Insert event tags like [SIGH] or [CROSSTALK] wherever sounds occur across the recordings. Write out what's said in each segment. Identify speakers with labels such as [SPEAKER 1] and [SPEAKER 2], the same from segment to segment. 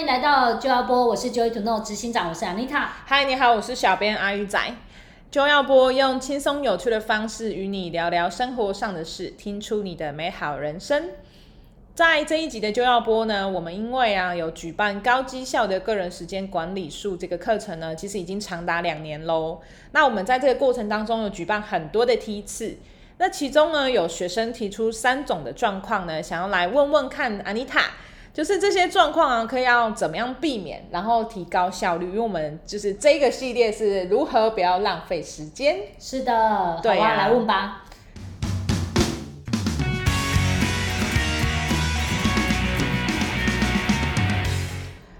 [SPEAKER 1] 迎来到就要播，我是 Joy to Know 执行长，我是 Anita。
[SPEAKER 2] 嗨，你好，我是小编阿鱼仔。就要播用轻松有趣的方式与你聊聊生活上的事，听出你的美好人生。在这一集的就要播呢，我们因为啊有举办高绩效的个人时间管理术这个课程呢，其实已经长达两年喽。那我们在这个过程当中有举办很多的梯次，那其中呢有学生提出三种的状况呢，想要来问问看 Anita，就是这些状况啊，可以要怎么样避免，然后提高效率？因为我们就是这个系列是如何不要浪费时间。
[SPEAKER 1] 是的，
[SPEAKER 2] 对
[SPEAKER 1] 好吧，
[SPEAKER 2] 啊
[SPEAKER 1] 来问吧。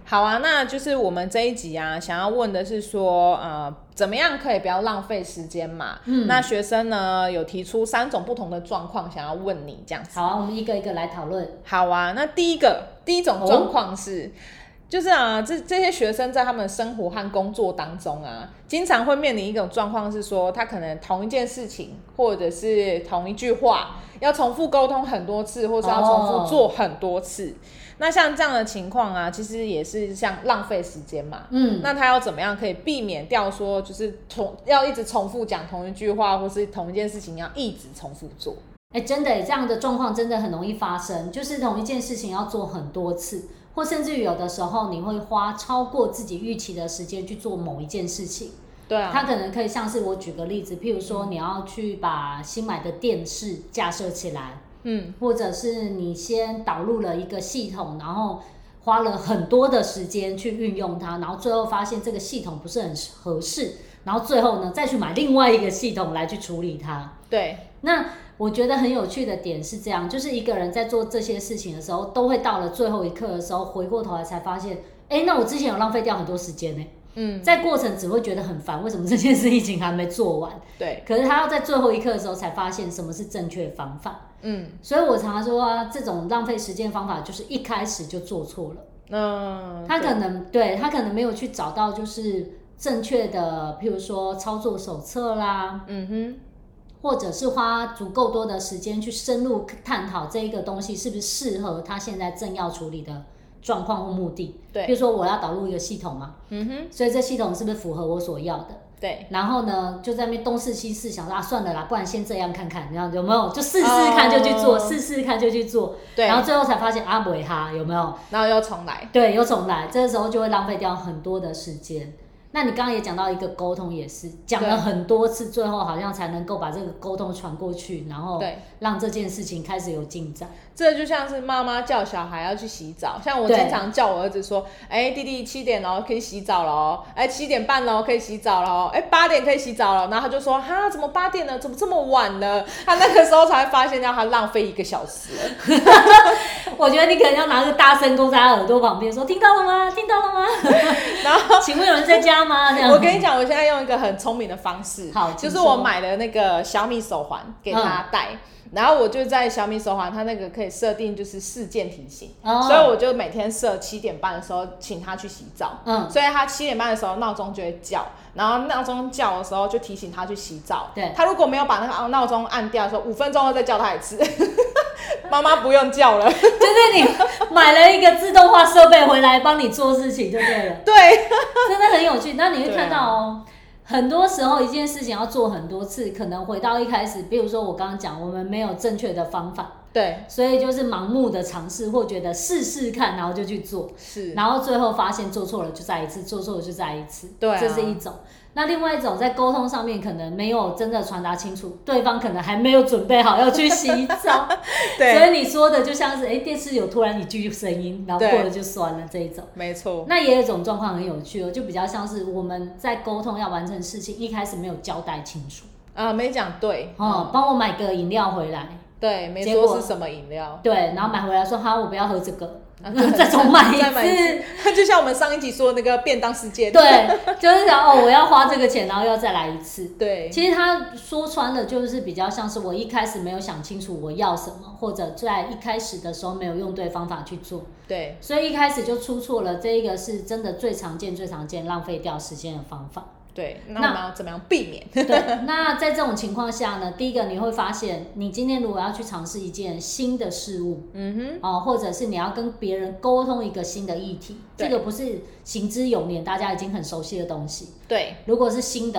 [SPEAKER 2] 好啊，那就是我们这一集啊，想要问的是说，呃，怎么样可以不要浪费时间嘛？嗯，那学生呢有提出三种不同的状况，想要问你这样子。
[SPEAKER 1] 好啊，我们一个一个来讨论。
[SPEAKER 2] 好啊，那第一个第一种状况是，就是啊，这这些学生在他们的生活和工作当中啊，经常会面临一种状况是说，他可能同一件事情或者是同一句话要重复沟通很多次，或者要重
[SPEAKER 1] 哦
[SPEAKER 2] 复做很多次。那像这样的情况啊，其实也是像浪费时间嘛。
[SPEAKER 1] 嗯，
[SPEAKER 2] 那他要怎么样可以避免掉说，就是重要一直重复讲同一句话，或是同一件事情要一直重复做？
[SPEAKER 1] 哎、真的耶，这样的状况真的很容易发生，就是同一件事情要做很多次，或甚至于有的时候你会花超过自己预期的时间去做某一件事情。
[SPEAKER 2] 对啊，
[SPEAKER 1] 它可能可以像是我举个例子，譬如说你要去把新买的电视架设起来，
[SPEAKER 2] 嗯，
[SPEAKER 1] 或者是你先导入了一个系统，然后花了很多的时间去运用它，然后最后发现这个系统不是很合适，然后最后呢再去买另外一个系统来去处理它。
[SPEAKER 2] 对，
[SPEAKER 1] 那我觉得很有趣的点是这样，就是一个人在做这些事情的时候，都会到了最后一刻的时候，回过头来才发现，哎，那我之前有浪费掉很多时间呢、
[SPEAKER 2] 嗯，
[SPEAKER 1] 在过程只会觉得很烦，为什么这件事情还没做完？
[SPEAKER 2] 对，
[SPEAKER 1] 可是他要在最后一刻的时候才发现什么是正确方法，
[SPEAKER 2] 嗯，
[SPEAKER 1] 所以我常常说啊，这种浪费时间方法就是一开始就做错了。
[SPEAKER 2] 那
[SPEAKER 1] 他可能对他可能没有去找到就是正确的，譬如说操作手册啦，
[SPEAKER 2] 嗯哼，
[SPEAKER 1] 或者是花足够多的时间去深入探讨这一个东西是不是适合他现在正要处理的状况或目的。比
[SPEAKER 2] 对，
[SPEAKER 1] 如说我要导入一个系统嘛，
[SPEAKER 2] 嗯哼，
[SPEAKER 1] 所以这系统是不是符合我所要的？
[SPEAKER 2] 对，
[SPEAKER 1] 然后呢，就在那边东试西试，想说啊，算了啦，不然先这样看看，然后有没有就试试看就去做，
[SPEAKER 2] 哦
[SPEAKER 1] 试试看就去做，
[SPEAKER 2] 对，
[SPEAKER 1] 然后最后才发现啊，不会哈，有没有？
[SPEAKER 2] 然后又重来，
[SPEAKER 1] 对，有种来，这个时候就会浪费掉很多的时间。那你刚刚也讲到一个沟通，也是讲了
[SPEAKER 2] 对
[SPEAKER 1] 很多次，最后好像才能够把这个沟通传过去，然后
[SPEAKER 2] 对，
[SPEAKER 1] 让这件事情开始有进展。 [LAUGHS]
[SPEAKER 2] 这就像是妈妈叫小孩要去洗澡，像我
[SPEAKER 1] 对
[SPEAKER 2] 经常叫我儿子说，哎，弟弟七点喽，可以洗澡喽，哎，七点半喽，可以洗澡喽，哎，八点可以洗澡了，然后他就说，哈，怎么八点了，怎么这么晚了？他那个时候才发现，让他浪费一个小时了，
[SPEAKER 1] 我觉得你可能要拿个大声公在他耳朵旁边说：“听到了吗？听到了吗？ [LAUGHS]
[SPEAKER 2] 然后。
[SPEAKER 1] 请问有人在家吗？”这样。
[SPEAKER 2] 我跟你讲，我现在用一个很聪明的方式，
[SPEAKER 1] 嗯好请
[SPEAKER 2] 就是
[SPEAKER 1] 说嗯
[SPEAKER 2] 我买了那个小米手环给他戴。然后我就在小米手环，它那个可以设定就是事件提醒，
[SPEAKER 1] 哦
[SPEAKER 2] 所以我就每天设七点半的时候请他去洗澡，
[SPEAKER 1] 嗯
[SPEAKER 2] 所以他七点半的时候闹钟就会叫，然后闹钟叫的时候就提醒他去洗澡，
[SPEAKER 1] 对
[SPEAKER 2] 他如果没有把那个闹钟按掉的时候，五分钟后再叫他一
[SPEAKER 1] [LAUGHS]
[SPEAKER 2] 次，妈妈不用叫了，
[SPEAKER 1] 就是你买了一个自动化设备回来帮你做事情就对
[SPEAKER 2] [LAUGHS]
[SPEAKER 1] 了。
[SPEAKER 2] 对，
[SPEAKER 1] 真的很有趣。那你会
[SPEAKER 2] 对啊
[SPEAKER 1] 看到哦，很多时候一件事情要做很多次，可能回到一开始，比如说我刚刚讲，我们没有正确的方法，
[SPEAKER 2] 对，
[SPEAKER 1] 所以就是盲目的尝试或觉得试试看，然后就去做，
[SPEAKER 2] 是，
[SPEAKER 1] 然后最后发现做错了就再一次，做错了就再一次，
[SPEAKER 2] 对啊
[SPEAKER 1] 这是一种。那另外一种在沟通上面可能没有真的传达清楚，对方可能还没有准备好要去洗澡，所
[SPEAKER 2] 对，
[SPEAKER 1] 以你说的就像是哎、诶电视有突然一句声音，然后过
[SPEAKER 2] 对
[SPEAKER 1] 了就算了这一种。
[SPEAKER 2] 没错，
[SPEAKER 1] 那也有一种状况很有趣哦，就比较像是我们在沟通要完成事情，一开始没有交代清楚
[SPEAKER 2] 啊、没讲对，
[SPEAKER 1] 哦，帮我买个饮料回来，
[SPEAKER 2] 对，没
[SPEAKER 1] 结
[SPEAKER 2] 说
[SPEAKER 1] 果
[SPEAKER 2] 是什么饮料。
[SPEAKER 1] 对，然后买回来说好，我不要喝这个，
[SPEAKER 2] 啊
[SPEAKER 1] [LAUGHS] 再重买
[SPEAKER 2] 再买
[SPEAKER 1] 一
[SPEAKER 2] 一
[SPEAKER 1] 次。
[SPEAKER 2] 次， [LAUGHS] 就像我们上一集说的那个便当事件，
[SPEAKER 1] 对，就是想哦，我要花这个钱，然后要再来一次。
[SPEAKER 2] [LAUGHS] 对
[SPEAKER 1] 其实他说穿了，就是比较像是我一开始没有想清楚我要什么，或者在一开始的时候没有用对方法去做，
[SPEAKER 2] 对
[SPEAKER 1] 所以一开始就出错了。这一个是真的最常见、最常见浪费掉时间的方法。
[SPEAKER 2] 对，那
[SPEAKER 1] 那
[SPEAKER 2] 我们要怎么样避
[SPEAKER 1] [LAUGHS]
[SPEAKER 2] 免？
[SPEAKER 1] 对，那在这种情况下呢，第一个你会发现，你今天如果要去尝试一件新的事物，
[SPEAKER 2] 嗯
[SPEAKER 1] 哦，或者是你要跟别人沟通一个新的议题，
[SPEAKER 2] 对
[SPEAKER 1] 这个不是行之有年，大家已经很熟悉的东西。
[SPEAKER 2] 哼，对，
[SPEAKER 1] 如果是新的，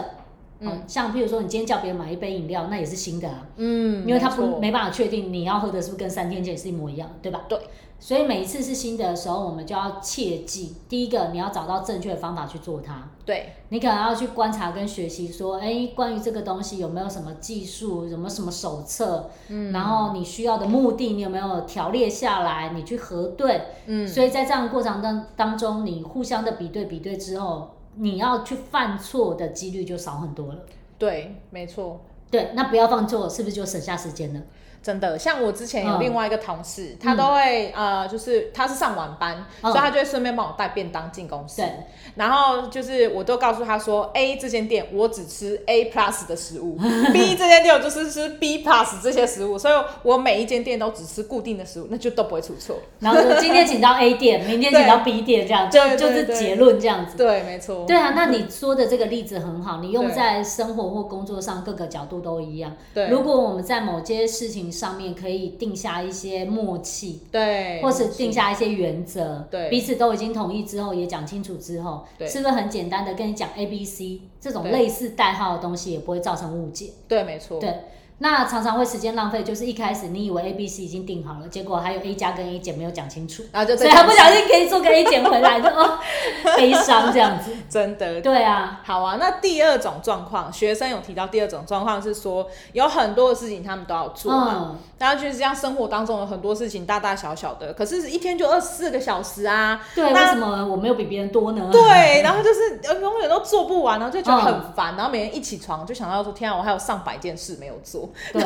[SPEAKER 1] 嗯、
[SPEAKER 2] 嗯
[SPEAKER 1] 像譬如说你今天叫别人买一杯饮料，那也是新的啊，
[SPEAKER 2] 嗯
[SPEAKER 1] 因为他不
[SPEAKER 2] 错
[SPEAKER 1] 没办法确定你要喝的是不是跟三天前是一模一样，对吧？
[SPEAKER 2] 对。
[SPEAKER 1] 所以每一次是新的时候，我们就要切记，第一个你要找到正确的方法去做它。
[SPEAKER 2] 对，
[SPEAKER 1] 你可能要去观察跟学习，说，哎，关于这个东西有没有什么技术，有没有什么手册，
[SPEAKER 2] 嗯
[SPEAKER 1] 然后你需要的目的，你有没有条列下来，你去核对。
[SPEAKER 2] 嗯，
[SPEAKER 1] 所以在这样的过程当当中，你互相的比对比对之后，你要去犯错的几率就少很多了。
[SPEAKER 2] 对，没错。
[SPEAKER 1] 对，那不要犯错，是不是就省下时间了？
[SPEAKER 2] 真的，像我之前有
[SPEAKER 1] 嗯
[SPEAKER 2] 另外一个同事，他都会呃，就是他是上晚班，
[SPEAKER 1] 嗯
[SPEAKER 2] 所以他就会顺便帮我带便当进公司。
[SPEAKER 1] 对，
[SPEAKER 2] 然后就是我都告诉他说，A 这间店我只吃 A plus 的食物，B 这间店我就是吃 B plus 这些食物，所以我每一间店都只吃固定的食物，那就都不会出错。
[SPEAKER 1] 然后说今天请到 A 店，明天请到 B 店，这样就
[SPEAKER 2] [LAUGHS] 对对
[SPEAKER 1] 就是
[SPEAKER 2] 对
[SPEAKER 1] 结论这样子。
[SPEAKER 2] 对，没错。
[SPEAKER 1] 对啊，那你说的这个例子很好，你用
[SPEAKER 2] 哦对
[SPEAKER 1] 在生活或工作上各个角度都一样。
[SPEAKER 2] 对
[SPEAKER 1] 如果我们在某些事情上面可以定下一些默契，
[SPEAKER 2] 对，
[SPEAKER 1] 或是定下一些原则，
[SPEAKER 2] 对
[SPEAKER 1] 彼此都已经同意之后，也讲清楚之后，
[SPEAKER 2] 对
[SPEAKER 1] 是不是很简单的跟你讲 A、B、C 这种
[SPEAKER 2] 对
[SPEAKER 1] 类似代号的东西，也不会造成误解。
[SPEAKER 2] 对，没错。
[SPEAKER 1] 对，那常常会时间浪费，就是一开始你以为 A、B、C 已经定好了，结果还有 A 加跟 A 减没有讲清楚，
[SPEAKER 2] 然后就
[SPEAKER 1] 所
[SPEAKER 2] 再
[SPEAKER 1] 以他不小心可以做个 A 减回来，就哦悲伤这样子。
[SPEAKER 2] 真的
[SPEAKER 1] 对啊，
[SPEAKER 2] 好啊，那第二种状况，学生有提到第二种状况是说，有很多的事情他们都要做嘛，
[SPEAKER 1] 嗯，
[SPEAKER 2] 然后就是这样，生活当中有很多事情大大小小的，可是一天就二十四个小时啊，
[SPEAKER 1] 对，为
[SPEAKER 2] 那
[SPEAKER 1] 什么我没有比别人多呢？
[SPEAKER 2] 对，然后就是呃永远都做不完，然后就觉得很
[SPEAKER 1] 嗯
[SPEAKER 2] 烦，然后每天一起床就想到说，天啊，我还有上百件事没有做，
[SPEAKER 1] [LAUGHS]
[SPEAKER 2] [LAUGHS]
[SPEAKER 1] 对，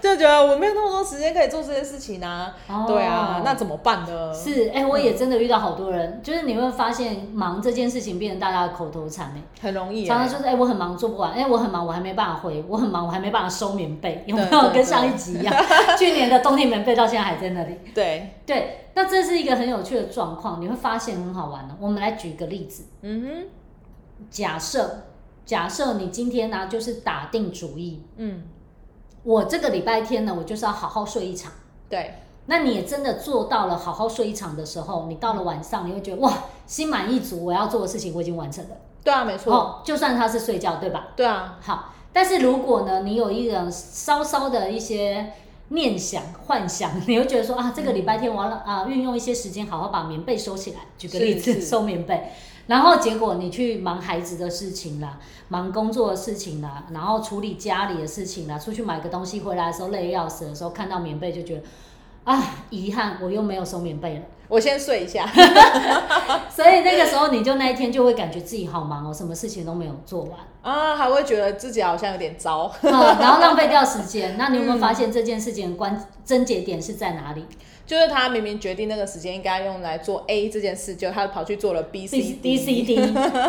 [SPEAKER 2] 就觉得我没有那么多时间可以做这些事情啊，
[SPEAKER 1] 哦
[SPEAKER 2] 对啊，那怎嗯么办呢？
[SPEAKER 1] 是，哎、我也真的遇到好多人，就是你会发现忙这件事情变成大家的口头禅哎、
[SPEAKER 2] 很容易、欸，
[SPEAKER 1] 常常就是哎、我很忙做不完，哎、我很忙我还没办法回，我很忙我还没办法收棉被，有没
[SPEAKER 2] 对
[SPEAKER 1] 有
[SPEAKER 2] 对
[SPEAKER 1] 跟上一集一
[SPEAKER 2] [LAUGHS]
[SPEAKER 1] 样？去年的冬天棉被到现在还在那里。
[SPEAKER 2] 对，
[SPEAKER 1] 对，那这是一个很有趣的状况，你会发现很好玩哦的、我们来举个例子，
[SPEAKER 2] 嗯
[SPEAKER 1] 假设假设你今天呢、啊就是打定主意，
[SPEAKER 2] 哼，嗯，
[SPEAKER 1] 我这个礼拜天呢我就是要好好睡一场。
[SPEAKER 2] 对，
[SPEAKER 1] 那你也真的做到了好好睡一场的时候，你到了晚上，你会觉得哇，心满意足，我要做的事情我已经完成了。
[SPEAKER 2] 对啊，没错，
[SPEAKER 1] 哦，就算他是睡觉，对吧？
[SPEAKER 2] 对啊，
[SPEAKER 1] 好，但是如果呢，你有一种稍稍的一些念想、幻想， [LAUGHS] 你会觉得说啊，这个礼拜天我要啊运用一些时间，好好把棉被收起来。举个例
[SPEAKER 2] 是
[SPEAKER 1] 子，
[SPEAKER 2] 是
[SPEAKER 1] 收棉被。然后结果你去忙孩子的事情啦，忙工作的事情啦，然后处理家里的事情啦，出去买个东西回来的时候累得要死的时候，看到棉被就觉得，啊，遗憾，我又没有收棉被了。
[SPEAKER 2] 我先睡一下， [LAUGHS]
[SPEAKER 1] 所以那个时候你就那一天就会感觉自己好忙哦，什么事情都没有做完。
[SPEAKER 2] 啊，还会觉得自己好像有点糟。 [LAUGHS]
[SPEAKER 1] 嗯，然后浪费掉时间。那你有没有
[SPEAKER 2] 嗯
[SPEAKER 1] 发现这件事情的关症结点是在哪里
[SPEAKER 2] 就是他明明决定那个时间应该用来做 A 这件事，就他跑去做了 B、C、
[SPEAKER 1] ？B C D，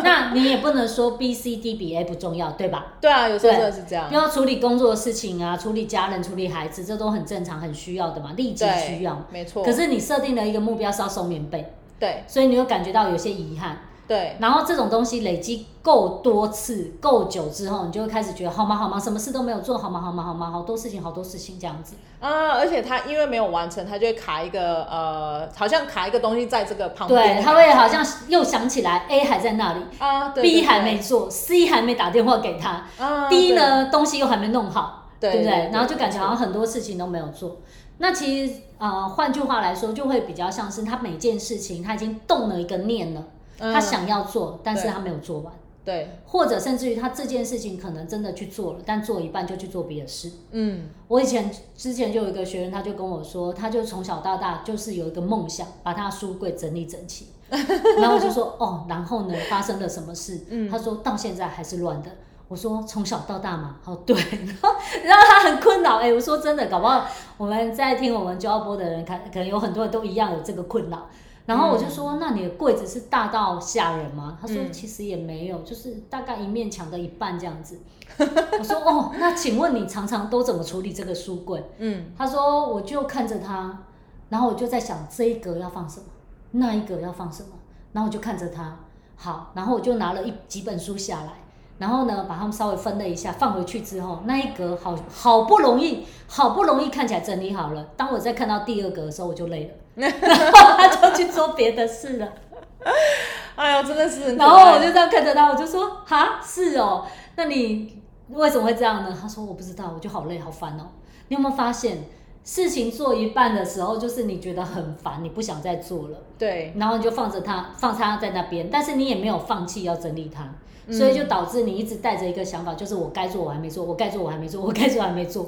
[SPEAKER 1] 那
[SPEAKER 2] [LAUGHS]
[SPEAKER 1] 你也不能说 B C D 比 A 不重要，对吧？
[SPEAKER 2] 对啊，有时候
[SPEAKER 1] 对
[SPEAKER 2] 真的是这样。
[SPEAKER 1] 要处理工作的事情啊，处理家人、处理孩子，这都很正常、很需要的嘛，立即
[SPEAKER 2] 对，
[SPEAKER 1] 需要。
[SPEAKER 2] 没错。
[SPEAKER 1] 可是你设定了一个目标是要收棉被，
[SPEAKER 2] 对
[SPEAKER 1] 所以你又感觉到有些遗憾。
[SPEAKER 2] 对
[SPEAKER 1] 然后这种东西累积够多次、够久之后，你就会开始觉得好忙好忙，什么事都没有做，好忙好忙好忙，好多事情好多事情这样子。
[SPEAKER 2] 啊，而且他因为没有完成，他就会卡一个呃，好像卡一个东西在这个旁边。
[SPEAKER 1] 对，他会好像又想起来 A 还在那里，
[SPEAKER 2] 啊对
[SPEAKER 1] B
[SPEAKER 2] 对
[SPEAKER 1] 还没做，C 还没打电话给他、
[SPEAKER 2] 啊
[SPEAKER 1] d 呢东西又还没弄好，
[SPEAKER 2] 对
[SPEAKER 1] 不
[SPEAKER 2] 对对
[SPEAKER 1] 对？然后就感觉
[SPEAKER 2] 没错
[SPEAKER 1] 好像很多事情都没有做。那其实呃，换句话来说，就会比较像是他每件事情他已经动了一个念了，
[SPEAKER 2] 嗯
[SPEAKER 1] 他想要做，但是
[SPEAKER 2] 对
[SPEAKER 1] 他没有做完，
[SPEAKER 2] 对，
[SPEAKER 1] 或者甚至于他这件事情可能真的去做了，但做一半就去做别的事。
[SPEAKER 2] 嗯
[SPEAKER 1] 我以前之前就有一个学员，他就跟我说，他就从小到大就是有一个梦想，把他的书柜整理整齐。 [LAUGHS] 然后我就说哦，然后呢，发生了什么事？
[SPEAKER 2] 嗯
[SPEAKER 1] 他说到现在还是乱的。我说从小到大嘛，哦对， [LAUGHS] 然后然后他很困扰哎、我说真的，搞不好我们在听我们交播的人，看可能有很多人都一样有这个困扰。然后我就说，那你的柜子是大到吓人吗？他说
[SPEAKER 2] 嗯
[SPEAKER 1] 其实也没有，就是大概一面墙的一半这样子。 [LAUGHS] 我说哦，那请问你常常都怎么处理这个书柜？
[SPEAKER 2] 嗯，
[SPEAKER 1] 他说我就看着他，然后我就在想这一格要放什么，那一格要放什么，然后我就看着他，好，然后我就拿了一几本书下来，然后呢，把它们稍微分类一下，放回去之后，那一格好好不容易，好不容易看起来整理好了。当我再看到第二格的时候，我就累了， [LAUGHS] 然后他就去做别的事了。
[SPEAKER 2] 哎呦，真的是很可
[SPEAKER 1] 然
[SPEAKER 2] 爱，
[SPEAKER 1] 后我就这样看着他，我就说：“哈，是哦，那你为什么会这样呢？”他说：“我不知道，我就好累，好烦哦。”你有没有发现，事情做一半的时候，就是你觉得很烦，你不想再做了，
[SPEAKER 2] 对，
[SPEAKER 1] 然后你就放着它，放它在那边，但是你也没有放弃要整理它，
[SPEAKER 2] 嗯
[SPEAKER 1] 所以就导致你一直带着一个想法，就是我该做我还没做，我该做我还没做，我该做我还没做。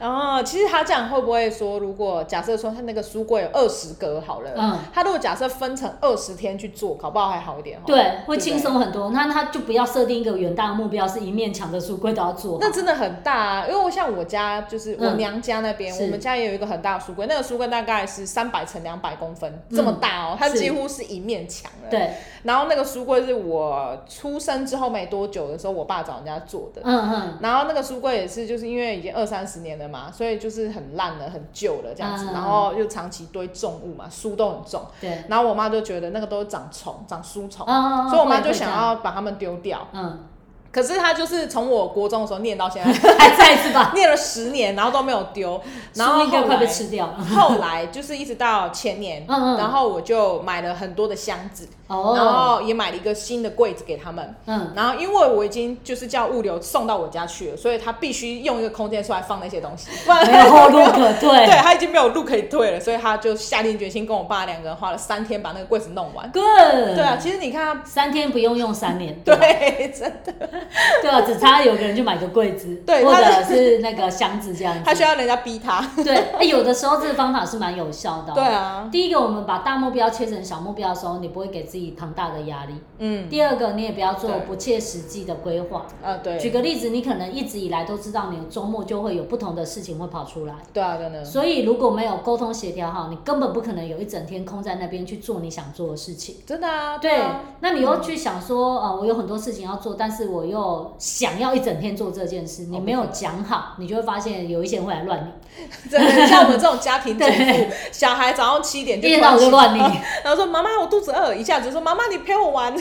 [SPEAKER 2] 然后其实他这样会不会说，如果假设说他那个书柜有二十格好了，
[SPEAKER 1] 嗯
[SPEAKER 2] 他如果假设分成二十天去做，搞不好还好一点哦。
[SPEAKER 1] 对，会
[SPEAKER 2] 对
[SPEAKER 1] 轻松很多。那他就不要设定一个远大的目标，是一面墙的书柜都要做好。
[SPEAKER 2] 那真的很大啊，因为我像我家就是我
[SPEAKER 1] 嗯
[SPEAKER 2] 娘家那边，
[SPEAKER 1] 是
[SPEAKER 2] 我们家也有一个很大的书柜，那个书柜大概是三百乘两百公分，这么大哦，它
[SPEAKER 1] 是
[SPEAKER 2] 几乎是一面墙了。，
[SPEAKER 1] 嗯对，
[SPEAKER 2] 然后那个书柜是我出生之后没多久的时候，我爸找人家做的。
[SPEAKER 1] 嗯嗯，
[SPEAKER 2] 然后那个书柜也是，就是因为已经二三十年了嘛，所以就是很烂了、很旧了这样子，
[SPEAKER 1] 嗯
[SPEAKER 2] 然后又长期堆重物嘛，书都很重。
[SPEAKER 1] 对。
[SPEAKER 2] 然后我妈就觉得那个都长虫、长书虫，
[SPEAKER 1] 哦
[SPEAKER 2] 所以我妈
[SPEAKER 1] 会
[SPEAKER 2] 就
[SPEAKER 1] 会
[SPEAKER 2] 想
[SPEAKER 1] 这样
[SPEAKER 2] 要把它们丢掉。
[SPEAKER 1] 嗯，
[SPEAKER 2] 可是她就是从我国中的时候念到现在，
[SPEAKER 1] 还在是吧？
[SPEAKER 2] 念了十年，然后都没有丢， [LAUGHS] 然后
[SPEAKER 1] [LAUGHS] 书应该
[SPEAKER 2] 后
[SPEAKER 1] 快
[SPEAKER 2] 来
[SPEAKER 1] 被吃掉了。
[SPEAKER 2] 后来就是一直到前年，
[SPEAKER 1] 嗯嗯
[SPEAKER 2] 然后我就买了很多的箱子，然
[SPEAKER 1] 哦，
[SPEAKER 2] 后也买了一个新的柜子给他们。
[SPEAKER 1] 嗯，
[SPEAKER 2] 然后因为我已经就是叫物流送到我家去了，所以他必须用一个空间出来放那些东西， [LAUGHS] 不然
[SPEAKER 1] 没有后路
[SPEAKER 2] 没有
[SPEAKER 1] 可
[SPEAKER 2] [LAUGHS] 对啊
[SPEAKER 1] 退。
[SPEAKER 2] 他已经没有路可以退了，所以他就下定决心跟我爸两个人花了三天把那个柜子弄完。
[SPEAKER 1] Good。
[SPEAKER 2] 对啊，，其实你看他， [LAUGHS]
[SPEAKER 1] 三天不用用三年。吧
[SPEAKER 2] 对，啊真的。
[SPEAKER 1] 对啊，只差有个人去买个柜子，
[SPEAKER 2] [LAUGHS] 对
[SPEAKER 1] 或
[SPEAKER 2] 他
[SPEAKER 1] 者是那个箱子这样
[SPEAKER 2] 他需
[SPEAKER 1] 子。
[SPEAKER 2] 要人家逼他。
[SPEAKER 1] 对， [LAUGHS] 哎有的时候这个方法是蛮有效的哦。
[SPEAKER 2] 对啊，
[SPEAKER 1] 第一个，我们把大目标切成小目标的时候，你不会给自己庞大的压力；
[SPEAKER 2] 嗯，
[SPEAKER 1] 第二个，你也不要做
[SPEAKER 2] 对
[SPEAKER 1] 不切实际的规划。
[SPEAKER 2] 啊对，
[SPEAKER 1] 举个例子，你可能一直以来都知道，你周末就会有不同的事情会跑出来。
[SPEAKER 2] 对啊，真的。
[SPEAKER 1] 所以如果没有沟通协调好，你根本不可能有一整天空在那边去做你想做的事情。
[SPEAKER 2] 真的啊，
[SPEAKER 1] 对
[SPEAKER 2] 啊，
[SPEAKER 1] 那你又去想说，呃，我有很多事情要做，但是我又想要一整天做这件事，你没有讲好，你就会发现有一些人会来乱你，
[SPEAKER 2] [LAUGHS] 真的像我们这种家庭主妇
[SPEAKER 1] 对，
[SPEAKER 2] 小孩早上七点
[SPEAKER 1] 一
[SPEAKER 2] 就
[SPEAKER 1] 天到晚就乱你。
[SPEAKER 2] 然后说妈妈我肚子饿，一下子说妈妈你陪我玩，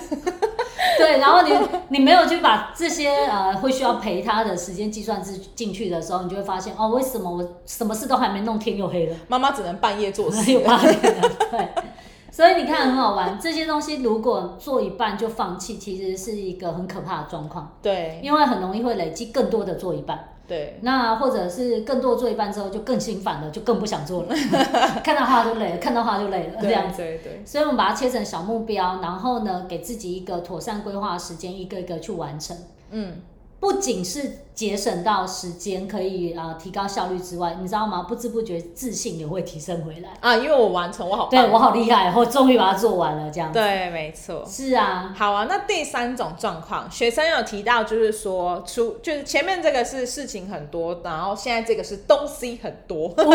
[SPEAKER 1] 对，然后你你没有去把这些呃会需要陪他的时间计算进进去的时候，你就会发现哦，为什么我什么事都还没弄，天又黑了。
[SPEAKER 2] 妈妈只能半夜做
[SPEAKER 1] 有
[SPEAKER 2] 事。
[SPEAKER 1] 八点的，对。所以你看很好玩，这些东西如果做一半就放弃，其实是一个很可怕的状况，
[SPEAKER 2] 对
[SPEAKER 1] 因为很容易会累积更多的做一半。
[SPEAKER 2] 对，
[SPEAKER 1] 那或者是更多做一半之后就更心烦了，就更不想做
[SPEAKER 2] [LAUGHS]
[SPEAKER 1] 了，看到话就累了，看到话就累 [LAUGHS] 了这
[SPEAKER 2] 对
[SPEAKER 1] 样子。
[SPEAKER 2] 对对，
[SPEAKER 1] 所以我们把它切成小目标，然后呢，给自己一个妥善规划的时间，一个一个去完成。
[SPEAKER 2] 嗯，
[SPEAKER 1] 不仅是节省到时间，可以啊、呃提高效率之外，你知道吗？不知不觉自信也会提升回来。
[SPEAKER 2] 啊，因为我完成，我好棒
[SPEAKER 1] 对我好厉害，我终于把它做完了，这样。，
[SPEAKER 2] 对，没错。
[SPEAKER 1] 是啊，
[SPEAKER 2] 好啊，那第三种状况，学生有提到，就是说，出就是前面这个是事情很多，然后现在这个是东西很多，
[SPEAKER 1] 哦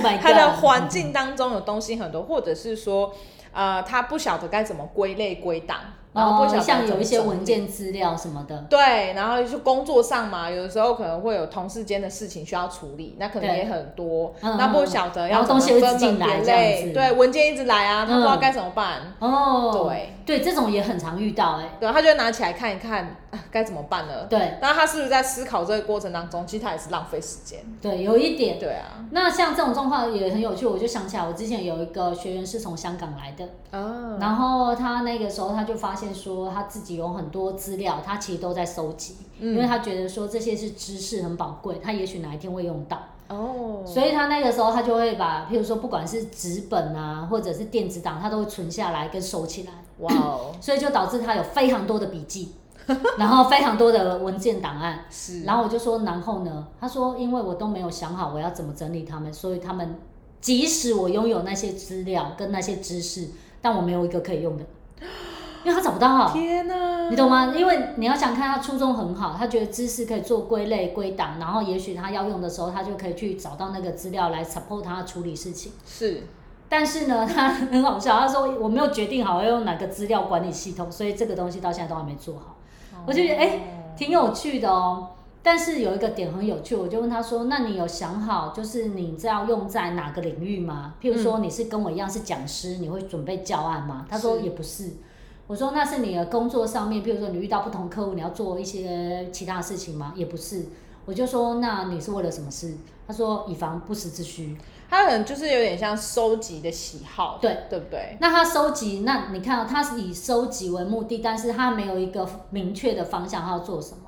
[SPEAKER 2] [LAUGHS]
[SPEAKER 1] my god，嗯
[SPEAKER 2] 他的环境当中有东西很多，或者是说，呃，他不晓得该怎么归类归档，然后不晓
[SPEAKER 1] 哦，
[SPEAKER 2] 得
[SPEAKER 1] 像有一些
[SPEAKER 2] 怎么
[SPEAKER 1] 文件资料什么的，
[SPEAKER 2] 对，然后就工作上嘛，有的时候可能会有同事间的事情需要处理，那可能
[SPEAKER 1] 对
[SPEAKER 2] 也很多，
[SPEAKER 1] 嗯
[SPEAKER 2] 那不晓得
[SPEAKER 1] 然
[SPEAKER 2] 要
[SPEAKER 1] 后
[SPEAKER 2] 怎么
[SPEAKER 1] 东西又一直
[SPEAKER 2] 分门
[SPEAKER 1] 进来
[SPEAKER 2] 别
[SPEAKER 1] 这样
[SPEAKER 2] 类，
[SPEAKER 1] 子
[SPEAKER 2] 对，文件一直来啊，他不知道
[SPEAKER 1] 嗯
[SPEAKER 2] 该怎么办，
[SPEAKER 1] 哦，
[SPEAKER 2] 对
[SPEAKER 1] 对，这种也很常遇到、哎，
[SPEAKER 2] 对，他就会拿起来看一看，啊，该怎么办呢？
[SPEAKER 1] 对
[SPEAKER 2] 那他是不是在思考这个过程当中，其实他也是浪费时间？
[SPEAKER 1] 对，有一点。
[SPEAKER 2] 对啊，
[SPEAKER 1] 那像这种状况也很有趣，我就想起来，我之前有一个学员是从香港来的，
[SPEAKER 2] 啊，
[SPEAKER 1] 然后他那个时候他就发现说，他自己有很多资料，他其实都在收集，
[SPEAKER 2] 嗯
[SPEAKER 1] 因为他觉得说这些是知识很宝贵，他也许哪一天会用到。
[SPEAKER 2] 哦，
[SPEAKER 1] 所以他那个时候他就会把，譬如说不管是纸本啊，或者是电子档，他都会存下来跟收起来，[COUGHS]
[SPEAKER 2] 哇哦，
[SPEAKER 1] 所以就导致他有非常多的笔记，然后非常多的文件档案。
[SPEAKER 2] 是，
[SPEAKER 1] 然后我就说，然后呢？他说，因为我都没有想好我要怎么整理他们，所以他们即使我拥有那些资料跟那些知识，但我没有一个可以用的， [GASPS] 因为他找不到。啊
[SPEAKER 2] 天哪、
[SPEAKER 1] 你懂吗？因为你要想看他初衷很好，他觉得知识可以做归类归档，然后也许他要用的时候，他就可以去找到那个资料来 support 他处理事情。
[SPEAKER 2] 是，
[SPEAKER 1] 但是呢， [LAUGHS] 他很好笑，他说我没有决定好要用哪个资料管理系统，所以这个东西到现在都还没做好。我就觉得哎、
[SPEAKER 2] 哦
[SPEAKER 1] 挺有趣的哦。但是有一个点很有趣，我就问他说：“那你有想好就是你这要用在哪个领域吗？譬如说你是跟我一样是讲师，你会准备教案吗？”他说
[SPEAKER 2] 是
[SPEAKER 1] 也不是。我说那是你的工作上面，比如说你遇到不同客户，你要做一些其他的事情吗？也不是。我就说那你是为了什么事？他说以防不时之需。
[SPEAKER 2] 他可能就是有点像收集的喜好，
[SPEAKER 1] 对
[SPEAKER 2] 对不对？
[SPEAKER 1] 那他收集，那你看到、哦他是以收集为目的，但是他没有一个明确的方向，他要做什么。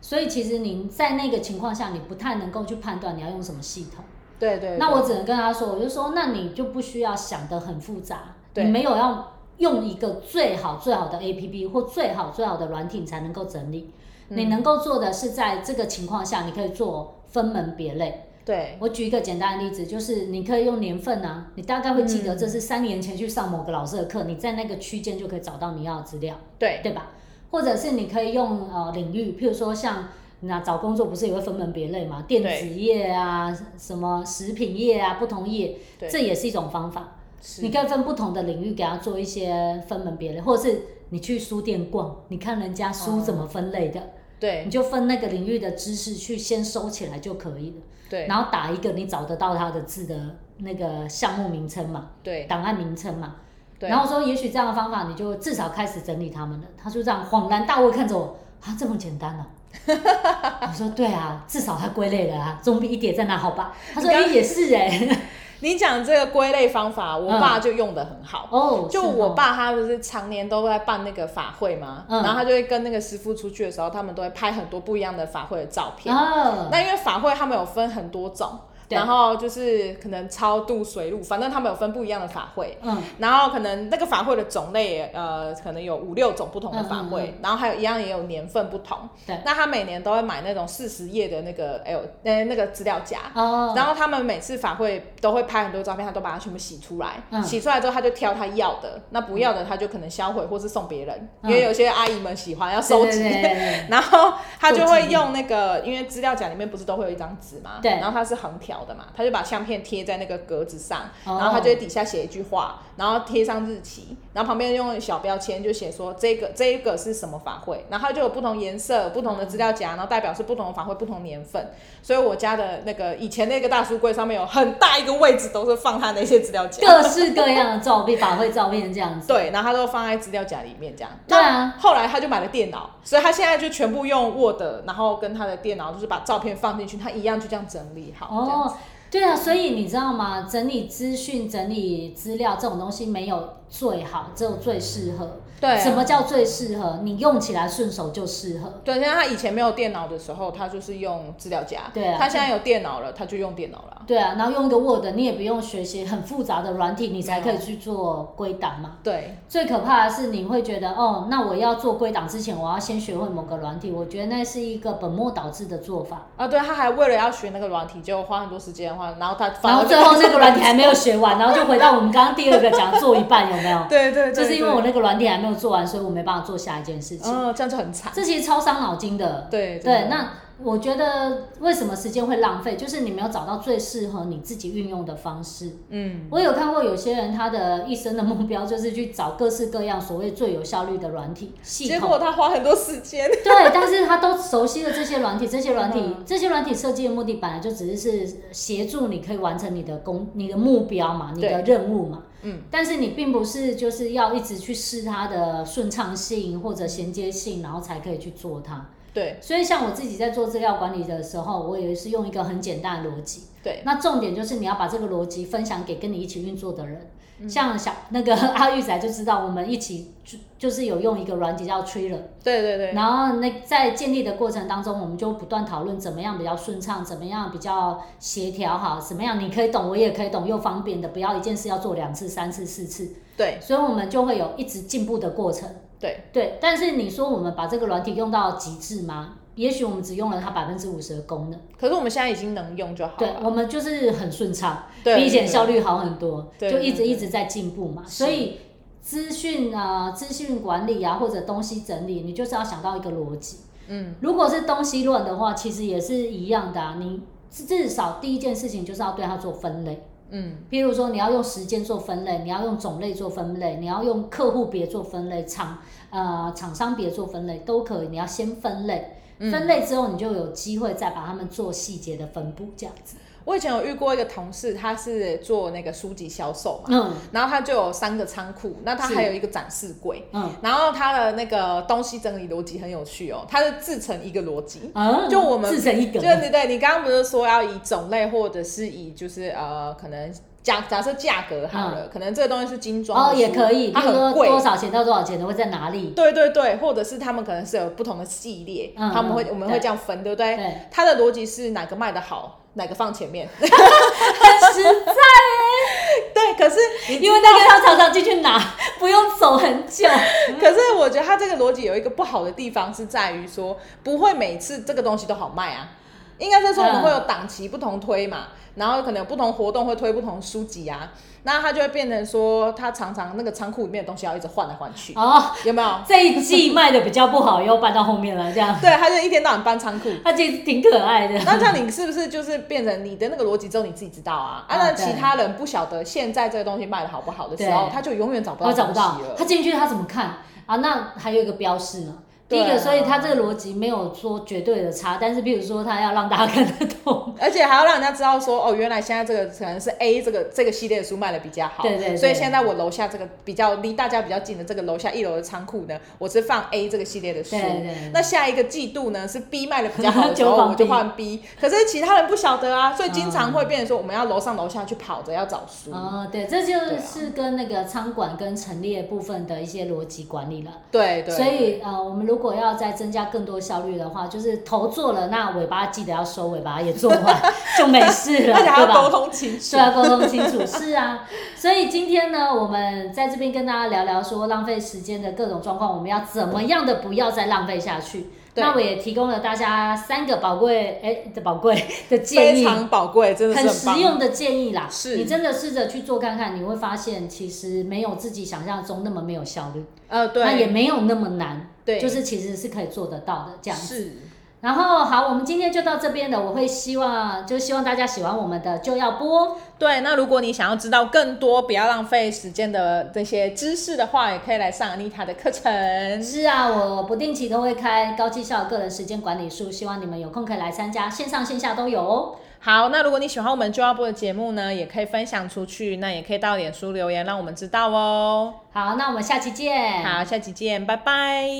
[SPEAKER 1] 所以其实您在那个情况下，你不太能够去判断你要用什么系统。
[SPEAKER 2] 对对对
[SPEAKER 1] 那我只能跟他说，我就说，那你就不需要想得很复杂，
[SPEAKER 2] 对
[SPEAKER 1] 你没有要用一个最好最好的 APP 或最好最好的软体你才能够整理。
[SPEAKER 2] 嗯
[SPEAKER 1] 你能够做的是在这个情况下，你可以做分门别类。
[SPEAKER 2] 对
[SPEAKER 1] 我举一个简单的例子，就是你可以用年份啊，你大概会记
[SPEAKER 2] 嗯
[SPEAKER 1] 得这是三年前去上某个老师的课，你在那个区间就可以找到你要的资料，
[SPEAKER 2] 对
[SPEAKER 1] 对吧？或者是你可以用呃领域，譬如说像那找工作不是也会分门别类嘛，电子业啊，什么食品业啊，不同业，
[SPEAKER 2] 对，
[SPEAKER 1] 这也是一种方法。
[SPEAKER 2] 是
[SPEAKER 1] 你可以分不同的领域给它做一些分门别类，或者是你去书店逛，你看人家书
[SPEAKER 2] 哦
[SPEAKER 1] 怎么分类的，
[SPEAKER 2] 对
[SPEAKER 1] 你就分那个领域的知识去先收起来就可以了。
[SPEAKER 2] 对
[SPEAKER 1] 然后打一个你找得到它的字的那个项目名称嘛，
[SPEAKER 2] 对
[SPEAKER 1] 档案名称嘛。
[SPEAKER 2] 对，
[SPEAKER 1] 然后说，也许这样的方法，你就至少开始整理它们了。他就这样恍然大悟，看着我啊，这么简单呢、啊？我说对啊，至少它归类了啊，总比一叠在那好吧？他说
[SPEAKER 2] 你
[SPEAKER 1] 哎、
[SPEAKER 2] 刚
[SPEAKER 1] 也是哎、
[SPEAKER 2] 你讲这个归类方法，我
[SPEAKER 1] 嗯
[SPEAKER 2] 爸就用的很好。
[SPEAKER 1] 哦，
[SPEAKER 2] 就是我
[SPEAKER 1] 哦，
[SPEAKER 2] 爸他不是常年都在办那个法会嘛，
[SPEAKER 1] 嗯
[SPEAKER 2] 然后他就会跟那个师傅出去的时候，他们都会拍很多不一样的法会的照片。
[SPEAKER 1] 哦，
[SPEAKER 2] 那因为法会他们有分很多种，
[SPEAKER 1] 对
[SPEAKER 2] 然后就是可能超度、水路，反正他们有分不一样的法会。
[SPEAKER 1] 嗯，
[SPEAKER 2] 然后可能那个法会的种类，呃，可能有五六种不同的法会，
[SPEAKER 1] 嗯嗯
[SPEAKER 2] 然后还有一样也有年份不同。
[SPEAKER 1] 对
[SPEAKER 2] 那他每年都会买那种四十页的那个，哎呦，呃，那个资料夹。
[SPEAKER 1] 哦，
[SPEAKER 2] 然后他们每次法会都会拍很多照片，他都把它全部洗出来，
[SPEAKER 1] 嗯
[SPEAKER 2] 洗出来之后他就挑他要的，那不要的他就可能销毁或是送别人，
[SPEAKER 1] 嗯
[SPEAKER 2] 因为有些阿姨们喜欢要
[SPEAKER 1] 对
[SPEAKER 2] 收集。
[SPEAKER 1] 对对对对
[SPEAKER 2] 然后他就
[SPEAKER 1] 做
[SPEAKER 2] 会
[SPEAKER 1] 纪念
[SPEAKER 2] 用那个，因为资料夹里面不是都会有一张纸嘛，
[SPEAKER 1] 对
[SPEAKER 2] 然后它是横条的嘛，他就把相片贴在那个格子上，
[SPEAKER 1] 哦
[SPEAKER 2] 然后他就会底下写一句话，然后贴上日期，然后旁边用小标签就写说这个这一个是什么法会，然后它就有不同颜色、不同的资料夹，然后代表是不同的法会、不同年份。所以我家的那个以前那个大书柜上面有很大一个位置都是放他那些资料夹，
[SPEAKER 1] 各式各样的照片，法会照片这样子，
[SPEAKER 2] 对，然后他都放在资料夹里面这样。
[SPEAKER 1] 对啊，
[SPEAKER 2] 后来他就买了电脑，所以他现在就全部用 Word，然后跟他的电脑就是把照片放进去，他一样就这样整理好。这样
[SPEAKER 1] 哦，对啊，所以你知道吗？整理资讯、整理资料这种东西没有最好，只有最适合。
[SPEAKER 2] 对啊
[SPEAKER 1] 什么叫最适合？你用起来顺手就适合。
[SPEAKER 2] 对，像他以前没有电脑的时候，他就是用资料夹。
[SPEAKER 1] 对啊
[SPEAKER 2] 他现在有电脑了，他就用电脑了。
[SPEAKER 1] 对啊，然后用一个 Word，你也不用学习很复杂的软体，你才可以去做归档嘛。
[SPEAKER 2] 对，
[SPEAKER 1] 最可怕的是，你会觉得哦，那我要做归档之前，我要先学会某个软体。我觉得那是一个本末倒置的做法。
[SPEAKER 2] 啊，对，他还为了要学那个软体，就花很多时间花，然后他反
[SPEAKER 1] 然后
[SPEAKER 2] 而就？
[SPEAKER 1] 最后那个软体还没有学完，然后就回到我们刚刚第二个讲做一半有没有
[SPEAKER 2] [LAUGHS] 对对对，
[SPEAKER 1] 就是因为我
[SPEAKER 2] 对
[SPEAKER 1] 那个软体还没有做完，所以我没办法做下一件事情。
[SPEAKER 2] 嗯，这样就很惨。
[SPEAKER 1] 这其实超伤脑筋的。
[SPEAKER 2] 对
[SPEAKER 1] 对，那我觉得为什么时间会浪费，就是你没有找到最适合你自己运用的方式。
[SPEAKER 2] 嗯，
[SPEAKER 1] 我有看过有些人他的一生的目标就是去找各式各样所谓最有效率的软体系
[SPEAKER 2] 结
[SPEAKER 1] 统
[SPEAKER 2] 果。他花很多时间。 [LAUGHS]
[SPEAKER 1] [LAUGHS] 对，但是他都熟悉了这些软体，这些软体，
[SPEAKER 2] 嗯
[SPEAKER 1] 这些软体设计的目的本来就只是是协助你可以完成你的工、你的目标嘛，你的任务嘛。
[SPEAKER 2] 嗯，
[SPEAKER 1] 但是你并不是就是要一直去试它的顺畅性或者衔接性，然后才可以去做它。
[SPEAKER 2] 对
[SPEAKER 1] 所以像我自己在做资料管理的时候，我也是用一个很简单的逻辑。
[SPEAKER 2] 对
[SPEAKER 1] 那重点就是你要把这个逻辑分享给跟你一起运作的人。
[SPEAKER 2] 嗯
[SPEAKER 1] 像小那个 [LAUGHS] 阿玉仔就知道，我们一起就就是有用一个软体叫 t r i l l e r
[SPEAKER 2] 对对对，
[SPEAKER 1] 然后那在建立的过程当中，我们就不断讨论怎么样比较顺畅，怎么样比较协调好，怎么样你可以懂，我也可以懂，又方便的，不要一件事要做两次、三次、四次，
[SPEAKER 2] 对
[SPEAKER 1] 所以我们就会有一直进步的过程。
[SPEAKER 2] 对
[SPEAKER 1] 对，但是你说我们把这个软体用到极致吗？也许我们只用了它百分之五十的功能，
[SPEAKER 2] 可是我们现在已经能用就好
[SPEAKER 1] 对
[SPEAKER 2] 了。
[SPEAKER 1] 我们就是很顺畅，
[SPEAKER 2] 对
[SPEAKER 1] 比以前
[SPEAKER 2] 对
[SPEAKER 1] 效率好很多，
[SPEAKER 2] 对
[SPEAKER 1] 就一直
[SPEAKER 2] 对对
[SPEAKER 1] 一直在进步嘛。
[SPEAKER 2] 是
[SPEAKER 1] 所以资讯啊、资讯管理啊，或者东西整理，你就是要想到一个逻辑。
[SPEAKER 2] 嗯，
[SPEAKER 1] 如果是东西论的话，其实也是一样的啊。你至少第一件事情就是要对它做分类，
[SPEAKER 2] 嗯。
[SPEAKER 1] 譬如说你要用时间做分类，你要用种类做分类，你要用客户别做分类，厂呃厂商别做分类都可以。你
[SPEAKER 2] 嗯
[SPEAKER 1] 要先分类，分类之后你就有机会再把它们做细节的分布，这样子。
[SPEAKER 2] 我以前有遇过一个同事，他是做那个书籍销售嘛，
[SPEAKER 1] 嗯
[SPEAKER 2] 然后他就有三个仓库，那他
[SPEAKER 1] 是
[SPEAKER 2] 还有一个展示柜，
[SPEAKER 1] 嗯
[SPEAKER 2] 然后他的那个东西整理逻辑很有趣哦，他是自成一个逻辑。
[SPEAKER 1] 嗯，
[SPEAKER 2] 就我们
[SPEAKER 1] 自成一格
[SPEAKER 2] 就，对对，你刚刚不是说要以种类或者是以就是呃，可能假假设价格好了，可能这个东西是精装
[SPEAKER 1] 嗯哦
[SPEAKER 2] 的
[SPEAKER 1] 也
[SPEAKER 2] 书
[SPEAKER 1] 可以，
[SPEAKER 2] 它
[SPEAKER 1] 比如
[SPEAKER 2] 很
[SPEAKER 1] 说
[SPEAKER 2] 贵，
[SPEAKER 1] 多少钱到多少钱的会在哪
[SPEAKER 2] [LAUGHS]
[SPEAKER 1] 里？
[SPEAKER 2] 对对对，或者是他们可能是有不同的系列，
[SPEAKER 1] 嗯
[SPEAKER 2] 他们会
[SPEAKER 1] 嗯
[SPEAKER 2] 我们会这样分，对不对？
[SPEAKER 1] 对，
[SPEAKER 2] 它的逻辑是哪个卖的好，哪个放前面。 [LAUGHS]
[SPEAKER 1] 很实在
[SPEAKER 2] 对，可是
[SPEAKER 1] 欸，因为那个要常常进去拿， [LAUGHS] 不用走很久。
[SPEAKER 2] [LAUGHS] 可是我觉得它这个逻辑有一个不好的地方是在于说，不会每次这个东西都好卖啊。应该是说我
[SPEAKER 1] 嗯
[SPEAKER 2] 们会有档期不同推嘛，然后可能有不同活动会推不同书籍啊，那它就会变成说，它常常那个仓库里面的东西要一直换来换去，
[SPEAKER 1] 哦，
[SPEAKER 2] 有没有？
[SPEAKER 1] 这一季卖的比较不好，又搬到后面了，这样，
[SPEAKER 2] 对，它就一天到晚搬仓库，
[SPEAKER 1] 它其实挺可爱的。
[SPEAKER 2] 那这样你是不是就是变成你的那个逻辑只有你自己知道啊？啊，
[SPEAKER 1] 嗯
[SPEAKER 2] 那
[SPEAKER 1] 对
[SPEAKER 2] 其他人不晓得现在这个东西卖的好不好的时候，
[SPEAKER 1] 对
[SPEAKER 2] 他就永远找不
[SPEAKER 1] 我
[SPEAKER 2] 到
[SPEAKER 1] 找不到
[SPEAKER 2] 东西，
[SPEAKER 1] 他
[SPEAKER 2] 了。
[SPEAKER 1] 进去他怎么看啊？那还有一个标示呢。第一
[SPEAKER 2] 对啊
[SPEAKER 1] 个，所以他这个逻辑没有说绝对的差，但是譬如说他要让大家看得懂，
[SPEAKER 2] [LAUGHS] 而且还要让人家知道说，哦，原来现在这个可能是 A 这个这个系列的书卖的比较好，
[SPEAKER 1] 对对对
[SPEAKER 2] 所以现在我楼下这个比较离大家比较近的这个楼下一楼的仓库呢，我是放 A 这个系列的书。
[SPEAKER 1] 对对对
[SPEAKER 2] 那下一个季度呢是 B 卖的比较好
[SPEAKER 1] [LAUGHS]
[SPEAKER 2] 的时
[SPEAKER 1] 就
[SPEAKER 2] 候，
[SPEAKER 1] 放
[SPEAKER 2] 我就
[SPEAKER 1] B
[SPEAKER 2] 换 B。可是其他人不晓
[SPEAKER 1] [LAUGHS]
[SPEAKER 2] 得啊，所以经常会变成说我们要楼上楼下去跑着要找书。
[SPEAKER 1] 哦，对，这就
[SPEAKER 2] 嗯对啊
[SPEAKER 1] 是跟那个仓管跟陈列部分的一些逻辑管理了。
[SPEAKER 2] 对对，
[SPEAKER 1] 所以呃，我们如果要再增加更多效率的话，就是头做了，那尾巴记得要收尾巴，也做完 [LAUGHS] 就没事
[SPEAKER 2] [LAUGHS]
[SPEAKER 1] 了，
[SPEAKER 2] 而且还
[SPEAKER 1] 对
[SPEAKER 2] 要
[SPEAKER 1] 吧？
[SPEAKER 2] 沟通清楚
[SPEAKER 1] 是。要沟通清楚，是啊。所以今天呢，我们在这边跟大家聊聊说浪费时间的各种状况，我们要怎么样的不要再浪费下去。
[SPEAKER 2] 对
[SPEAKER 1] 那我也提供了大家三个宝贵 [LAUGHS] 哎的宝贵
[SPEAKER 2] [LAUGHS]
[SPEAKER 1] 的建
[SPEAKER 2] 非
[SPEAKER 1] 议，
[SPEAKER 2] 常宝贵，真的是
[SPEAKER 1] 很
[SPEAKER 2] 很
[SPEAKER 1] 实
[SPEAKER 2] 棒
[SPEAKER 1] 用的建议啦。
[SPEAKER 2] 是
[SPEAKER 1] 你真的试着去做看看，你会发现其实没有自己想象中那么没有效率，
[SPEAKER 2] 呃，对，
[SPEAKER 1] 那也没有那么难，
[SPEAKER 2] 对
[SPEAKER 1] 就是其实是可以做得到的这样子。
[SPEAKER 2] 是，
[SPEAKER 1] 然后好，我们今天就到这边了。我会希望就希望大家喜欢我们的就要播，
[SPEAKER 2] 对。那如果你想要知道更多不要浪费时间的这些知识的话，也可以来上 Anita 的课程。
[SPEAKER 1] 是啊，我不定期都会开高绩效个人时间管理术，希望你们有空可以来参加，线上线下都有哦。
[SPEAKER 2] 好，那如果你喜欢我们就要播的节目呢，也可以分享出去，那也可以到脸书留言让我们知道哦。
[SPEAKER 1] 好，那我们下期见。
[SPEAKER 2] 好，下期见，拜拜。